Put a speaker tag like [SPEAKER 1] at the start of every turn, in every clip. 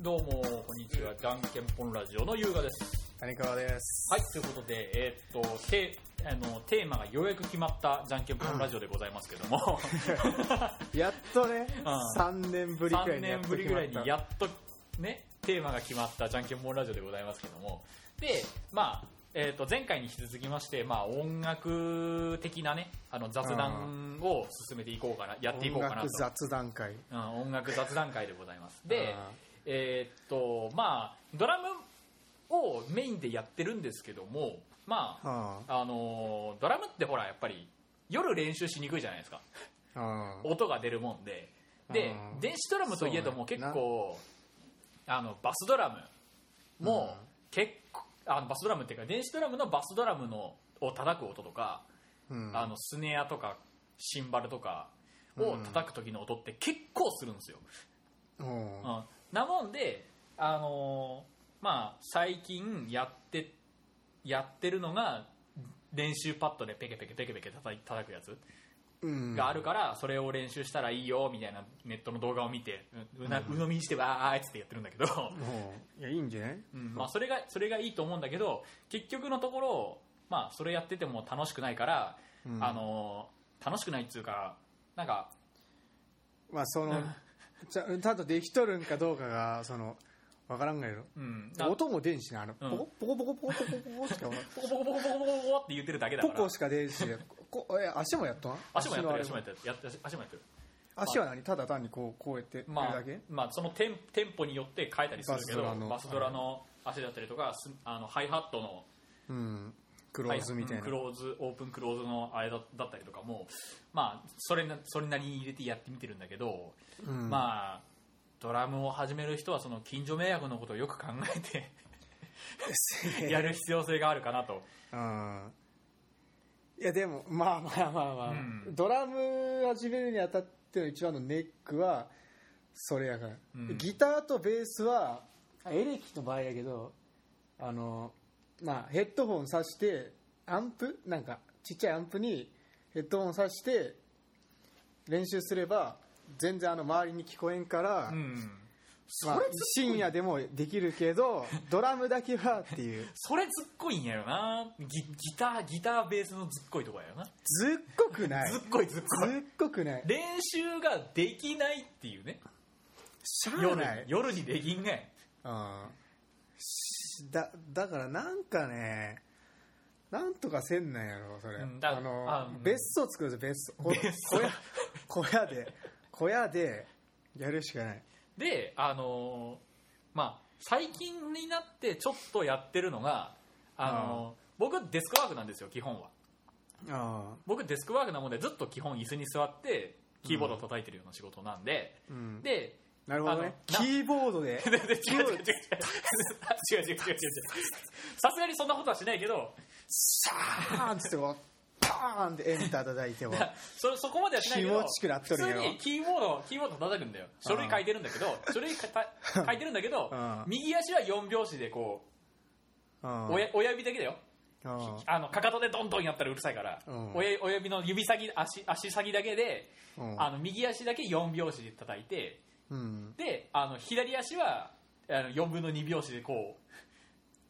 [SPEAKER 1] どうも、こんにちは。じゃんけんぽんラジオの優雅です。
[SPEAKER 2] 谷川です。
[SPEAKER 1] はい、ということで、えーっと、てあのテーマがようやく決まったじゃんけんぽんラジオでございますけども、
[SPEAKER 2] やっとね、
[SPEAKER 1] うん
[SPEAKER 2] 3年ぶりくら
[SPEAKER 1] 3
[SPEAKER 2] いにや
[SPEAKER 1] 年
[SPEAKER 2] っと
[SPEAKER 1] ぶりぐらいに
[SPEAKER 2] や
[SPEAKER 1] やっとね、テーマが決まったじゃんけんぽんラジオでございますけども、で、まあ、えーっと、前回に引き続きまして、まあ、音楽的なね、あの雑談を進めていこうかな、やっていこうか
[SPEAKER 2] 音
[SPEAKER 1] な
[SPEAKER 2] 楽
[SPEAKER 1] と。
[SPEAKER 2] 雑談会。
[SPEAKER 1] うん、音楽雑談会でございます。で、
[SPEAKER 2] あ
[SPEAKER 1] えーっとまあドラムをメインでやってるんですけどもまあ、
[SPEAKER 2] ー、は
[SPEAKER 1] あのードラムってほらやっぱり夜練習しにくいじゃないですか
[SPEAKER 2] あ、は
[SPEAKER 1] 音が出るもんでで
[SPEAKER 2] うん
[SPEAKER 1] 電子ドラムといえども
[SPEAKER 2] そう
[SPEAKER 1] 結
[SPEAKER 2] ね
[SPEAKER 1] 構、あのバスドラムも
[SPEAKER 2] うん
[SPEAKER 1] 結構あのバスドラムっていうか電子ドラムのバスドラムのを叩く音とか、
[SPEAKER 2] あ、うん
[SPEAKER 1] あのスネアとかシンバルとかを叩く時の音って結構するんですよ。
[SPEAKER 2] うん
[SPEAKER 1] うん、なもんで、あのーまあ、最近やってやってるのが練習パッドでペケペケペケペケ叩い叩くやつ
[SPEAKER 2] うん
[SPEAKER 1] があるから、それを練習したらいいよみたいなネットの動画を見てううな鵜呑みにしてわーいっつってやってるんだけど、
[SPEAKER 2] うんいや、いいんじゃない
[SPEAKER 1] うんまあ、それがそれがいいと思うんだけど結局のところ、まあ、それやってても楽しくないから、
[SPEAKER 2] うん
[SPEAKER 1] あのー楽しくないっつうかなんか
[SPEAKER 2] まあ、その、ちゃちゃんとできとるんかどうかが、その、わからんがやろ。
[SPEAKER 1] うんな
[SPEAKER 2] 音も出んしな、あの、
[SPEAKER 1] うん
[SPEAKER 2] ポコポコポコポコポコポコしか、
[SPEAKER 1] ポコポコポコポコポコポコって言ってるだけだ
[SPEAKER 2] ポ
[SPEAKER 1] から
[SPEAKER 2] コしか出んし、こえ足もやっとん
[SPEAKER 1] 足もやってる足
[SPEAKER 2] 足
[SPEAKER 1] もやっ
[SPEAKER 2] のあれ
[SPEAKER 1] てるやって足もやってる
[SPEAKER 2] 足は何ただ単にこう、こうやってやる
[SPEAKER 1] まあ
[SPEAKER 2] だけ、
[SPEAKER 1] まあ、そのテンテンポによって変えたりするけど
[SPEAKER 2] バスドラの
[SPEAKER 1] バスドラの足だったりとかすあのハイハットの
[SPEAKER 2] うん。クローズみたい
[SPEAKER 1] ハイ
[SPEAKER 2] な。
[SPEAKER 1] クローズオープンクローズのあれだだったりとかも、まあ、それなそれなりに入れてやってみてるんだけど、
[SPEAKER 2] うん
[SPEAKER 1] まあドラムを始める人はその近所迷惑のことをよく考えて やる必要性があるかなと
[SPEAKER 2] うんいやでもまあまあまあまあ、
[SPEAKER 1] うん
[SPEAKER 2] ドラム始めるにあたっての一番のネックはそれやから、
[SPEAKER 1] うん
[SPEAKER 2] ギターとベースはエレキの場合やけどあのまあヘッドホン挿してアンプなんかちっちゃいアンプにヘッドホン挿して練習すれば全然あの周りに聞こえんから、
[SPEAKER 1] うん
[SPEAKER 2] まあ
[SPEAKER 1] それ、
[SPEAKER 2] 深夜でもできるけどドラムだけはっていう
[SPEAKER 1] それずっこいんやよなギギターギターベースのずっこいとこやよな、
[SPEAKER 2] ずっこく ない
[SPEAKER 1] ずっこいずっこい
[SPEAKER 2] ずっこくない。
[SPEAKER 1] 練習ができないっていうね
[SPEAKER 2] しゃあ
[SPEAKER 1] 夜
[SPEAKER 2] ない。
[SPEAKER 1] 夜にできんがい
[SPEAKER 2] うん。しだ、だからなんかね、なんとかせんなんやろ、それ。
[SPEAKER 1] うんだ
[SPEAKER 2] あの
[SPEAKER 1] あうん
[SPEAKER 2] 別荘作るぞ、別荘。こ
[SPEAKER 1] 別荘
[SPEAKER 2] 小屋、小屋で、小屋で、やるしかない。
[SPEAKER 1] であのーまあ最近になってちょっとやってるのがあのー僕デスクワークなんですよ基本は
[SPEAKER 2] ああ。
[SPEAKER 1] 僕デスクワークなもんでずっと基本椅子に座ってキーボードを叩いてるような仕事なんで、
[SPEAKER 2] うん。
[SPEAKER 1] で
[SPEAKER 2] なるほどね。
[SPEAKER 1] あのな
[SPEAKER 2] キーボードで。
[SPEAKER 1] でで違う違う違う違う違う違う違う違う違うさすがにそんなことはしないけど
[SPEAKER 2] シャーンってこう、パーンってエンター叩いても。
[SPEAKER 1] そそこまではしないけど
[SPEAKER 2] 気持ちくなっとるよ
[SPEAKER 1] 普通にキーボードキーボード叩くんだよ書類書いてるんだけど書類かた書いてるんだけど
[SPEAKER 2] うん
[SPEAKER 1] 右足は4拍子でこう
[SPEAKER 2] お
[SPEAKER 1] 親親指だけだよ
[SPEAKER 2] うん。
[SPEAKER 1] あのかかとでどんどんやったらうるさいから
[SPEAKER 2] うん
[SPEAKER 1] 親親指の指先足足先だけで
[SPEAKER 2] うん
[SPEAKER 1] あの右足だけ4拍子で叩いて
[SPEAKER 2] うん。
[SPEAKER 1] であの左足はあの4分の2拍子でこ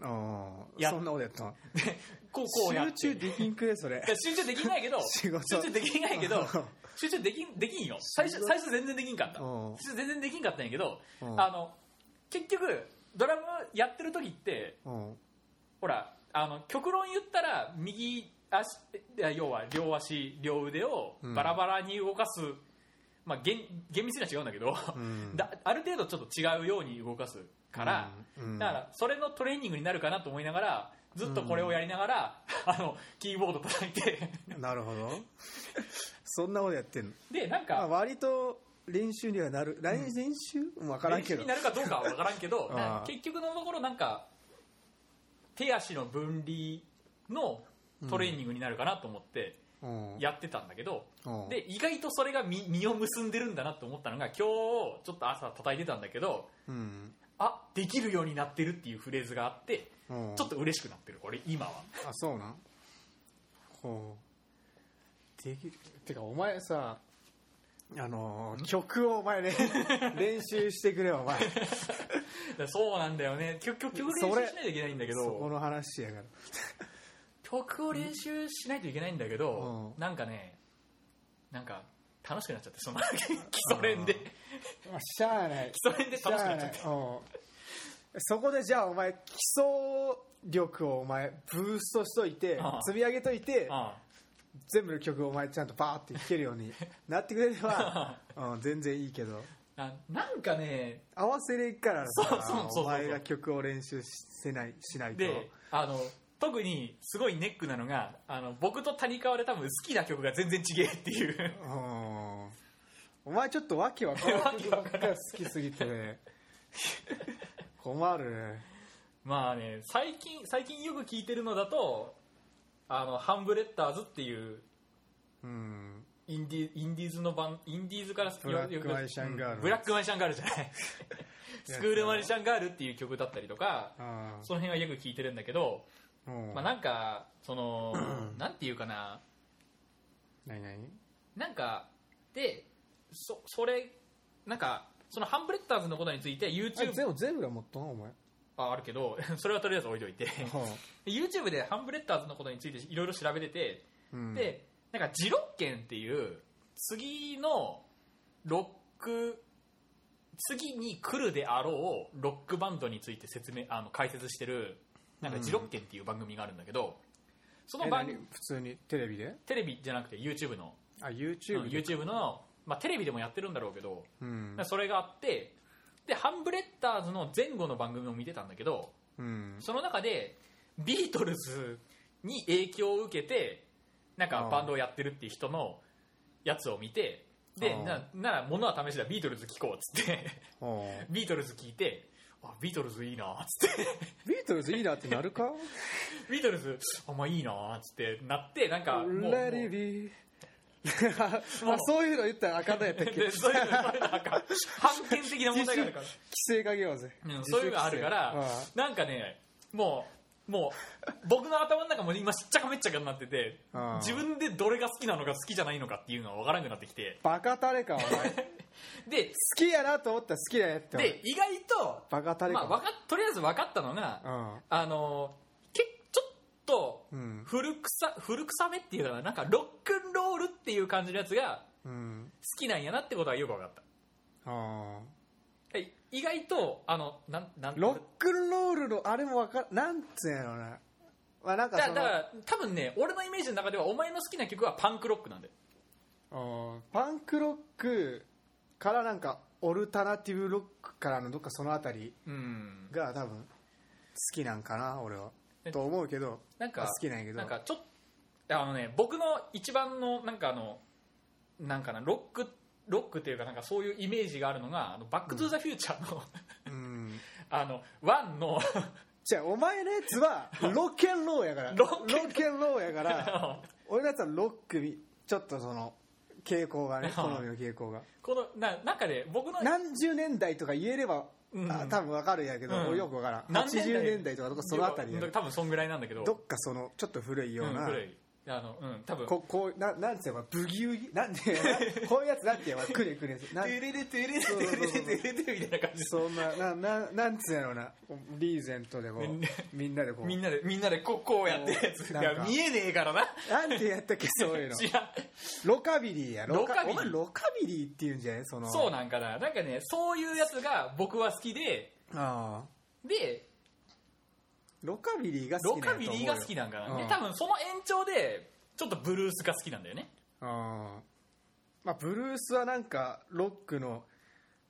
[SPEAKER 2] うん。
[SPEAKER 1] や
[SPEAKER 2] そんなことやったの
[SPEAKER 1] うでこうこうやっ
[SPEAKER 2] 集
[SPEAKER 1] て
[SPEAKER 2] 中できんくれ、それ
[SPEAKER 1] い。や集中できないけど
[SPEAKER 2] 仕事
[SPEAKER 1] 集中できないけど集中できんできんよ最初最初全然できんかった
[SPEAKER 2] うん
[SPEAKER 1] 最初全然できんかったんやけど
[SPEAKER 2] うん
[SPEAKER 1] あの結局ドラムやってる時って
[SPEAKER 2] うん。
[SPEAKER 1] ほらあの極論言ったら右足いや要は両足両腕を
[SPEAKER 2] うん
[SPEAKER 1] バラバラに動かす、まあ、厳厳密には違うんだけど、
[SPEAKER 2] ん
[SPEAKER 1] だある程度ちょっと違うように動かすから、
[SPEAKER 2] うんうん
[SPEAKER 1] だからそれのトレーニングになるかなと思いながらずっとこれをやりながら、あのキーボード叩い て
[SPEAKER 2] なるほどそんなことやってんの、
[SPEAKER 1] でなん
[SPEAKER 2] まあ、
[SPEAKER 1] か
[SPEAKER 2] 割と練習にはなる来練習、分からん
[SPEAKER 1] 練
[SPEAKER 2] け
[SPEAKER 1] 習
[SPEAKER 2] ど
[SPEAKER 1] になるかどうかは分からんけど
[SPEAKER 2] あー
[SPEAKER 1] なんか結局のところなんか手足の分離のトレーニングになるかなと思って
[SPEAKER 2] うん
[SPEAKER 1] やってたんだけど、
[SPEAKER 2] うん
[SPEAKER 1] で意外とそれが実実を結んでるんだなと思ったのが今日ちょっと朝叩いてたんだけど
[SPEAKER 2] うん
[SPEAKER 1] あできるようになってるっていうフレーズがあって
[SPEAKER 2] うん
[SPEAKER 1] ちょっと嬉しくなってるこれ今は
[SPEAKER 2] あそうなんほうできるてかお前さあのー曲をお前ね練習してくれよ お前
[SPEAKER 1] だからそうなんだよね曲曲曲練習しないといけないんだけ
[SPEAKER 2] そこ
[SPEAKER 1] ど
[SPEAKER 2] の話やから
[SPEAKER 1] 曲を練習しないといけないんだけど、
[SPEAKER 2] うん
[SPEAKER 1] なんかねなんか楽しくなっちゃってその 基礎練で
[SPEAKER 2] うん
[SPEAKER 1] 基
[SPEAKER 2] まあしゃあない
[SPEAKER 1] 礎練で楽しくなっちゃって
[SPEAKER 2] うんそこでじゃあお前基礎力をお前ブーストしといて
[SPEAKER 1] ああ
[SPEAKER 2] 積み上げといて
[SPEAKER 1] あ
[SPEAKER 2] 全部の曲をお前ちゃんとバーって弾けるようになってくれ れば、うん、全然いいけど
[SPEAKER 1] あななんかね
[SPEAKER 2] 合わせれっからさ
[SPEAKER 1] そうそうそうそう
[SPEAKER 2] お前が曲を練習してないしないと
[SPEAKER 1] であの特にすごいネックなのがあの僕と谷川で多分好きな曲が全然違えっていう
[SPEAKER 2] うんお前ちょっとわけわからない曲ばっかり好きすぎてね困るね
[SPEAKER 1] まあね最近最近よく聴いてるのだとあのハンブレッダーズっていう
[SPEAKER 2] うん
[SPEAKER 1] インディインディーズのバンインディーズから
[SPEAKER 2] ブラックマジシャンガール
[SPEAKER 1] うんブラックマジシャンガールじゃない スクールマジシャンガールっていう曲だったりとか
[SPEAKER 2] あ
[SPEAKER 1] その辺はよく聴いてるんだけど、
[SPEAKER 2] あうん
[SPEAKER 1] まあ、なんかそ のなんていうかな
[SPEAKER 2] 何何
[SPEAKER 1] なんかでそそれなんかそのハンブレッダーズのことについて
[SPEAKER 2] あれ
[SPEAKER 1] YouTube
[SPEAKER 2] 全部全部が持っとんお前
[SPEAKER 1] ああるけど それはとりあえず置いといて YouTube でハンブレッダーズのことについていろいろ調べてて、
[SPEAKER 2] うん
[SPEAKER 1] でなんかジロッケンっていう次のロック次に来るであろうロックバンドについて説明あの解説してるなんかジロッケンっていう番組があるんだけど、その
[SPEAKER 2] え
[SPEAKER 1] 番
[SPEAKER 2] 何普通にテレビで
[SPEAKER 1] テレビじゃなくて YouTube の
[SPEAKER 2] あ
[SPEAKER 1] う
[SPEAKER 2] YouTube
[SPEAKER 1] ん
[SPEAKER 2] で
[SPEAKER 1] YouTube の、まあ、テレビでもやってるんだろうけど
[SPEAKER 2] うん
[SPEAKER 1] でそれがあってでハンブレッダーズの前後の番組を見てたんだけど
[SPEAKER 2] うん
[SPEAKER 1] その中でビートルズに影響を受けてなん
[SPEAKER 2] あ
[SPEAKER 1] か
[SPEAKER 2] ー
[SPEAKER 1] バンドをやってるっていう人のやつを見てで
[SPEAKER 2] あー
[SPEAKER 1] ななら物は試しだビートルズ聴こうっつって
[SPEAKER 2] おう
[SPEAKER 1] ビートルズ聴いてあビートルズいいなっつって
[SPEAKER 2] ビートルズいいなってな るか
[SPEAKER 1] ビートルズあまあいいなっつってなってなんかもうもう
[SPEAKER 2] レディビー あそういうの言ったらあかんのやったっけ
[SPEAKER 1] で
[SPEAKER 2] 規
[SPEAKER 1] そういうのそういうのなんか反権的な問題があるから
[SPEAKER 2] 制かけようぜ
[SPEAKER 1] うん
[SPEAKER 2] 自主
[SPEAKER 1] そういうのあるから
[SPEAKER 2] 規制
[SPEAKER 1] なんかねもうもう僕の頭の中も今しっちゃかめっちゃかになってて
[SPEAKER 2] うん
[SPEAKER 1] 自分でどれが好きなのか好きじゃないのかっていうのが分からなくなってきて
[SPEAKER 2] バカタレかお前好
[SPEAKER 1] で
[SPEAKER 2] きやなと思ったら好きだよってお前
[SPEAKER 1] で意外と、
[SPEAKER 2] バカタレ
[SPEAKER 1] ま
[SPEAKER 2] か
[SPEAKER 1] あ、
[SPEAKER 2] お
[SPEAKER 1] わ
[SPEAKER 2] 前
[SPEAKER 1] かとりあえず分かったのが、あのけちょっと
[SPEAKER 2] うん
[SPEAKER 1] 古臭古臭めっていうかななんかロックンロールっていう感じのやつが
[SPEAKER 2] うんうん
[SPEAKER 1] 好きなんやなってことはよく分かった
[SPEAKER 2] あ
[SPEAKER 1] え意外とあのなんなん
[SPEAKER 2] ーロックンロールのあれもわかなんつうんやろうなまあなんか
[SPEAKER 1] だ
[SPEAKER 2] そ
[SPEAKER 1] だ
[SPEAKER 2] の
[SPEAKER 1] から多分ね俺のイメージの中ではお前の好きな曲はパンクロックなんだよ
[SPEAKER 2] うんパンクロックからなんかオルタナティブロックからのどっかそのあたり
[SPEAKER 1] うん
[SPEAKER 2] が多分好きなんかな俺は
[SPEAKER 1] え
[SPEAKER 2] と思うけど
[SPEAKER 1] なんか
[SPEAKER 2] 好きなんやけど
[SPEAKER 1] なんかちょっとあのね僕の一番のなんかあのなんかなロックロックっていうかなんかそういうイメージがあるのがあのバック・トゥ・ザ・フューチャーの
[SPEAKER 2] うん
[SPEAKER 1] あのワンの
[SPEAKER 2] じゃあお前のやつはロッケンローやから
[SPEAKER 1] ロ
[SPEAKER 2] ロ
[SPEAKER 1] ッ
[SPEAKER 2] ッ
[SPEAKER 1] ケン
[SPEAKER 2] ケンローやか
[SPEAKER 1] あ
[SPEAKER 2] ら
[SPEAKER 1] の
[SPEAKER 2] 俺のやつはロックみちょっとその傾 向がね好みの傾向が
[SPEAKER 1] このな中で僕の
[SPEAKER 2] 何十年代とか言えれば、
[SPEAKER 1] うん
[SPEAKER 2] あ多分わかるんやけど、
[SPEAKER 1] うん
[SPEAKER 2] 俺よくわからん
[SPEAKER 1] 何代
[SPEAKER 2] 80年代とかどっかそのあたりやね
[SPEAKER 1] 多分そんぐらいなんだけど
[SPEAKER 2] どっかそのちょっと古いよう
[SPEAKER 1] うん
[SPEAKER 2] な、
[SPEAKER 1] 古いあのうん多分
[SPEAKER 2] ここうななんていうのブギウギなんていうの こういうやつなんていうのくねくねな
[SPEAKER 1] ト
[SPEAKER 2] ん
[SPEAKER 1] ゥルルトゥルルト
[SPEAKER 2] そう
[SPEAKER 1] ゥ
[SPEAKER 2] そう
[SPEAKER 1] ルル
[SPEAKER 2] そう
[SPEAKER 1] トゥルルトゥルルみたいな感じで
[SPEAKER 2] そんななななんつうやろうなリーゼントでこ
[SPEAKER 1] みんな
[SPEAKER 2] うみんなでこう
[SPEAKER 1] みんなでみんなでこうこうやってるやつい
[SPEAKER 2] なんか
[SPEAKER 1] や見えねえからな
[SPEAKER 2] なんてやったっけそ ういうの
[SPEAKER 1] 知らん
[SPEAKER 2] ロカビリーや
[SPEAKER 1] ロカビリー
[SPEAKER 2] お前ロカビリーっていうんじゃないその
[SPEAKER 1] そうなんかななんかねそういうやつが僕は好きで
[SPEAKER 2] ああ
[SPEAKER 1] で
[SPEAKER 2] ロカビリーが好
[SPEAKER 1] ロ
[SPEAKER 2] き
[SPEAKER 1] カ
[SPEAKER 2] なん
[SPEAKER 1] ビ
[SPEAKER 2] やと
[SPEAKER 1] リ
[SPEAKER 2] 思
[SPEAKER 1] ー
[SPEAKER 2] うよ
[SPEAKER 1] が好きなんかな、
[SPEAKER 2] う
[SPEAKER 1] で
[SPEAKER 2] ん
[SPEAKER 1] 多分その延長でちょっとブルースが好きなんだよね
[SPEAKER 2] あーまあブルースはなんかロックの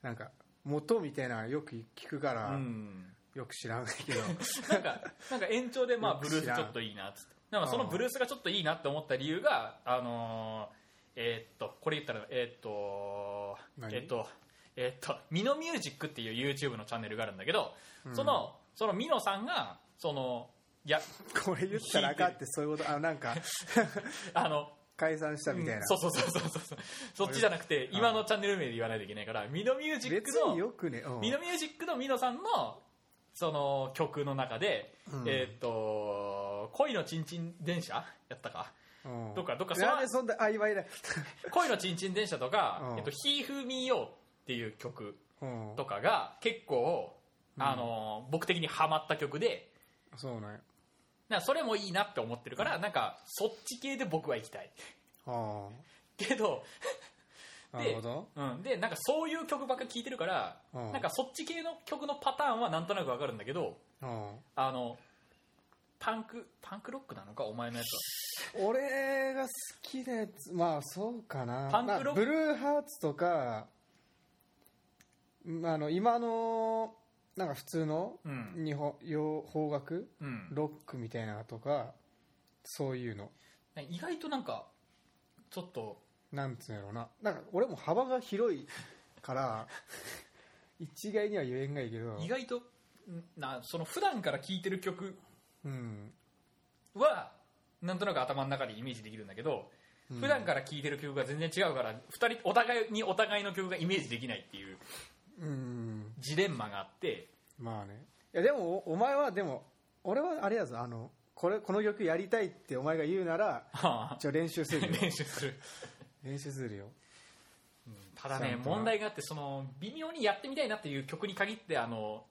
[SPEAKER 2] なんか元みたいなのよく聞くか
[SPEAKER 1] う
[SPEAKER 2] ら、
[SPEAKER 1] ん
[SPEAKER 2] よく知らないけど
[SPEAKER 1] なんかなんか延長でまあブルース
[SPEAKER 2] 知らん
[SPEAKER 1] ちょっといいなっつってなんかそのブルースがちょっといいなって思った理由があのーえーっとこれ言ったらえーっと
[SPEAKER 2] 何
[SPEAKER 1] えーっとえーっとミノミュージックっていう YouTube のチャンネルがあるんだけど、そのそのミノさんがそのいや
[SPEAKER 2] これ言ったらあかんってそういうことあのなんか
[SPEAKER 1] あの
[SPEAKER 2] 解散したみたいな、
[SPEAKER 1] そうそうそうそうそうそっちじゃなくて今のチャンネル名で言わないといけないからミノミュージック
[SPEAKER 2] 別
[SPEAKER 1] の
[SPEAKER 2] によくね、うん
[SPEAKER 1] ミノミュージックのミノさんのその曲の中で、
[SPEAKER 2] うん
[SPEAKER 1] えーっと「恋のちんちん電車」やったか、
[SPEAKER 2] ううん
[SPEAKER 1] どっかどっかその
[SPEAKER 2] なんでそんな 曖昧だ
[SPEAKER 1] 恋のちんちん電車とか「
[SPEAKER 2] うん
[SPEAKER 1] えっと、ひーふみよ」っていう曲
[SPEAKER 2] うん
[SPEAKER 1] とかが結構、
[SPEAKER 2] うん
[SPEAKER 1] あのー僕的にハマった曲で
[SPEAKER 2] そうなんや
[SPEAKER 1] なんかそれもいいなって思ってるからなんかそっち系で僕は行きたい
[SPEAKER 2] あ
[SPEAKER 1] けど、
[SPEAKER 2] あ
[SPEAKER 1] で
[SPEAKER 2] なるほど
[SPEAKER 1] うん、でなんかそういう曲ばっか聴いてるから、
[SPEAKER 2] うん
[SPEAKER 1] なんかそっち系の曲のパターンはなんとなくわかるんだけど
[SPEAKER 2] うん
[SPEAKER 1] あのパンクパンクロックなのかお前のやつは
[SPEAKER 2] 俺が好きなやつまあそうかな
[SPEAKER 1] パンクロック
[SPEAKER 2] まあブルーハーツとかうんあの今のなんか普通の
[SPEAKER 1] うん、
[SPEAKER 2] 日本洋邦楽
[SPEAKER 1] うん、
[SPEAKER 2] ロックみたいなのとかそういうの
[SPEAKER 1] 意外となんかちょっと
[SPEAKER 2] なんつうのやろななんか俺も幅が広いから 一概には言えんがいいけど
[SPEAKER 1] 意外とんなその普段から聴いてる曲
[SPEAKER 2] うん
[SPEAKER 1] はなんとなく頭の中でイメージできるんだけど
[SPEAKER 2] うん
[SPEAKER 1] 普段から聴いてる曲が全然違うから二人お互いにお互いの曲がイメージできないっていう
[SPEAKER 2] うん
[SPEAKER 1] ジレンマがあって
[SPEAKER 2] まあねいやでもおお前はでも俺はあれやぞあのこれこの曲やりたいってお前が言うなら一応練習 するよ
[SPEAKER 1] 練習する
[SPEAKER 2] 練習す るよ
[SPEAKER 1] ただね
[SPEAKER 2] ちゃんとな
[SPEAKER 1] 問題があってその微妙にやってみたいなっていう曲に限ってあの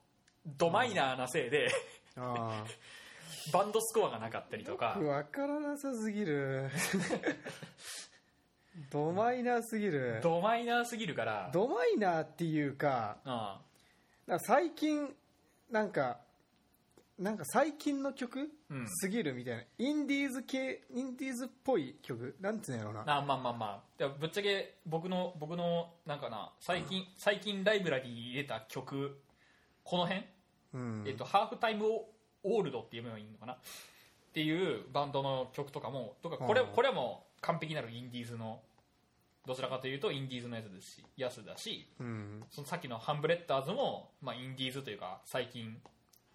[SPEAKER 1] ドマイナーなせい で
[SPEAKER 2] あ
[SPEAKER 1] バンドスコアがなかったりと
[SPEAKER 2] あ
[SPEAKER 1] か
[SPEAKER 2] 分からなさすぎ るドマイナーすぎる
[SPEAKER 1] ドマイナーすぎるから
[SPEAKER 2] ドマイナーっていうか
[SPEAKER 1] うん
[SPEAKER 2] なんか最近なんかなんか最近の曲、
[SPEAKER 1] うん
[SPEAKER 2] すぎるみたいなインディーズ系インディーズっぽい曲なんつうんやろうな
[SPEAKER 1] あまあまあまあでもぶっちゃけ僕の僕のなんかな最近、最近ライブラリーに入れた曲この辺、
[SPEAKER 2] うん
[SPEAKER 1] えっと、ハーフタイムオールドっていうのがいいのかなっていうバンドの曲とかもとかこれ,、
[SPEAKER 2] うん
[SPEAKER 1] これはもう完璧なるインディーズのどちらかというとインディーズのやつですしやつだし
[SPEAKER 2] うん
[SPEAKER 1] そのさっきのハンブレッダーズも、まあ、インディーズというか最近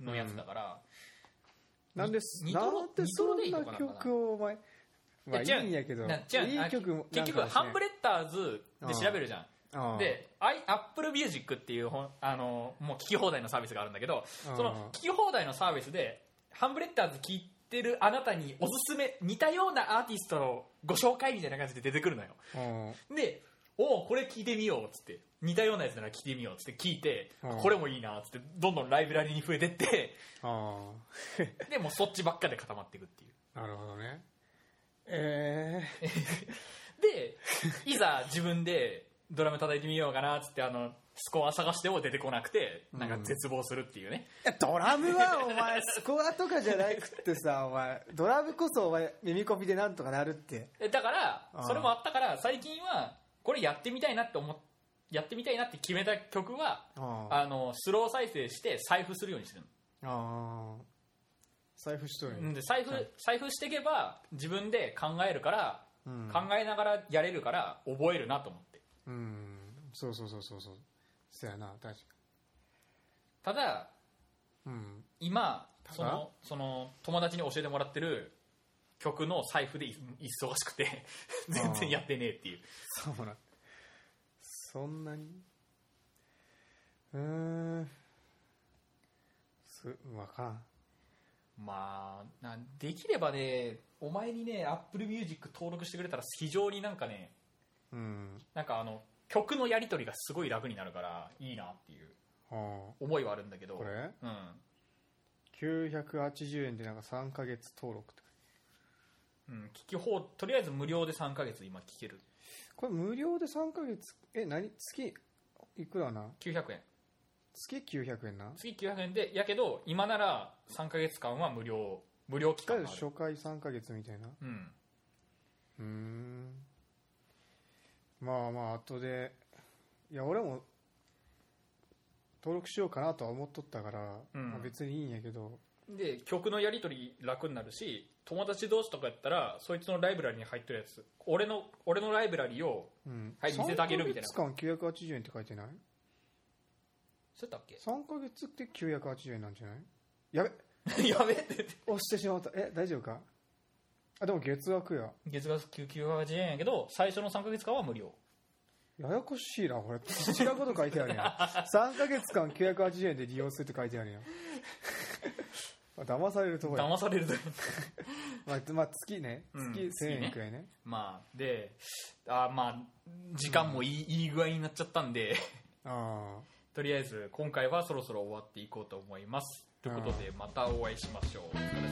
[SPEAKER 1] のやつだから、
[SPEAKER 2] なんで
[SPEAKER 1] ニ
[SPEAKER 2] な
[SPEAKER 1] トロ
[SPEAKER 2] んでそ
[SPEAKER 1] ニトロ
[SPEAKER 2] んな
[SPEAKER 1] でいいのかな
[SPEAKER 2] 曲をお前まあい
[SPEAKER 1] や違う
[SPEAKER 2] いんやけど
[SPEAKER 1] な違う
[SPEAKER 2] いい曲も
[SPEAKER 1] あ結局ハンブレッダーズで調べるじゃん
[SPEAKER 2] レ
[SPEAKER 1] で、アイアップルミュージックっていうほんあのもう聞き放題のサービスがあるんだけど、
[SPEAKER 2] うん
[SPEAKER 1] その聞き放題のサービスでハンブレッダーズ聞いてるあなたにおすすめ似たようなアーティストのご紹介みたいな感じで出てくるのよ。
[SPEAKER 2] うん
[SPEAKER 1] で、おうこれ聞いてみようっつって似たようなやつなら聞いてみようっつって聞いて、
[SPEAKER 2] うん
[SPEAKER 1] これもいいなっつってどんどんライブラリに増えてって、
[SPEAKER 2] あ
[SPEAKER 1] でもうそっちばっかで固まっていくっていう。
[SPEAKER 2] あなるほどねええ
[SPEAKER 1] で、いざ自分でドラム叩いてみようかなっつってあのスコア探しても出てこなくてなんか絶望するっていうね。
[SPEAKER 2] いやドラムはお前スコアとかじゃなくってさお 前ドラムこそお前耳コピでなんとかなるって
[SPEAKER 1] えだから
[SPEAKER 2] あー
[SPEAKER 1] それもあったから最近はこれやってみたいなって思っやってみたいなって決めた曲は
[SPEAKER 2] ああ
[SPEAKER 1] あのスロー再生して財布するようにする
[SPEAKER 2] ああ財布しとる
[SPEAKER 1] の、うん、で財布
[SPEAKER 2] はい
[SPEAKER 1] 財布していけば自分で考えるから、
[SPEAKER 2] うん
[SPEAKER 1] 考えながらやれるから覚えるなと思って
[SPEAKER 2] うんそうそうそうそうそうそやな確か
[SPEAKER 1] ただ
[SPEAKER 2] うん
[SPEAKER 1] 今
[SPEAKER 2] ただ
[SPEAKER 1] そのその友達に教えてもらってる曲の財布でい忙しく て全然やってねえっていう
[SPEAKER 2] そうなんそんなにうーんすわからん
[SPEAKER 1] まあなできればねお前にね AppleMusic 登録してくれたら非常になんかね
[SPEAKER 2] うん
[SPEAKER 1] なんかあの曲のやり取りがすごい楽になるからいいなっていう
[SPEAKER 2] は
[SPEAKER 1] 思いはあるんだけ
[SPEAKER 2] あ
[SPEAKER 1] ど
[SPEAKER 2] これ
[SPEAKER 1] うん
[SPEAKER 2] 980円でなんか3ヶ月登録って
[SPEAKER 1] うん、聞き放とりあえず無料で3ヶ月今聞ける
[SPEAKER 2] これ無料で3ヶ月え何月いくらな
[SPEAKER 1] 900円
[SPEAKER 2] 月900円な
[SPEAKER 1] 次900円でやけど今なら3ヶ月間は無料無料期
[SPEAKER 2] だ
[SPEAKER 1] 間
[SPEAKER 2] い
[SPEAKER 1] がある
[SPEAKER 2] 初回3ヶ月みたいな
[SPEAKER 1] うん
[SPEAKER 2] うーんまあまあ後でいや俺も登録しようかなとは思っとったから、
[SPEAKER 1] うん
[SPEAKER 2] まあ別にいいんやけど
[SPEAKER 1] で曲のやり取り楽になるし友達同士とかやったらそいつのライブラリに入ってるやつ俺の俺のライブラリを
[SPEAKER 2] うん
[SPEAKER 1] はい見せてあげるみたいな
[SPEAKER 2] 3ヶ月間980円って書いてない
[SPEAKER 1] そうやったっ
[SPEAKER 2] ?3 ヶ月って980円なんじゃないやべ
[SPEAKER 1] け やべえって
[SPEAKER 2] 押してしまったえ大丈夫かあでも月額や
[SPEAKER 1] 月額980円やけど最初の3ヶ月間は無料
[SPEAKER 2] ややこしいなこれ違うこと書いてあるやん3ヶ月間980円で利用するって書いてあるやんまあ、騙されるとこや、
[SPEAKER 1] 騙されるという
[SPEAKER 2] まあまあ、月ね
[SPEAKER 1] うん
[SPEAKER 2] 月
[SPEAKER 1] 月
[SPEAKER 2] 1000
[SPEAKER 1] ね
[SPEAKER 2] 円くらいね
[SPEAKER 1] まあであまあ時間もいい,、いい具合になっちゃったんで
[SPEAKER 2] あ
[SPEAKER 1] とりあえず今回はそろそろ終わっていこうと思いますということでまたお会いしましょうお疲れ様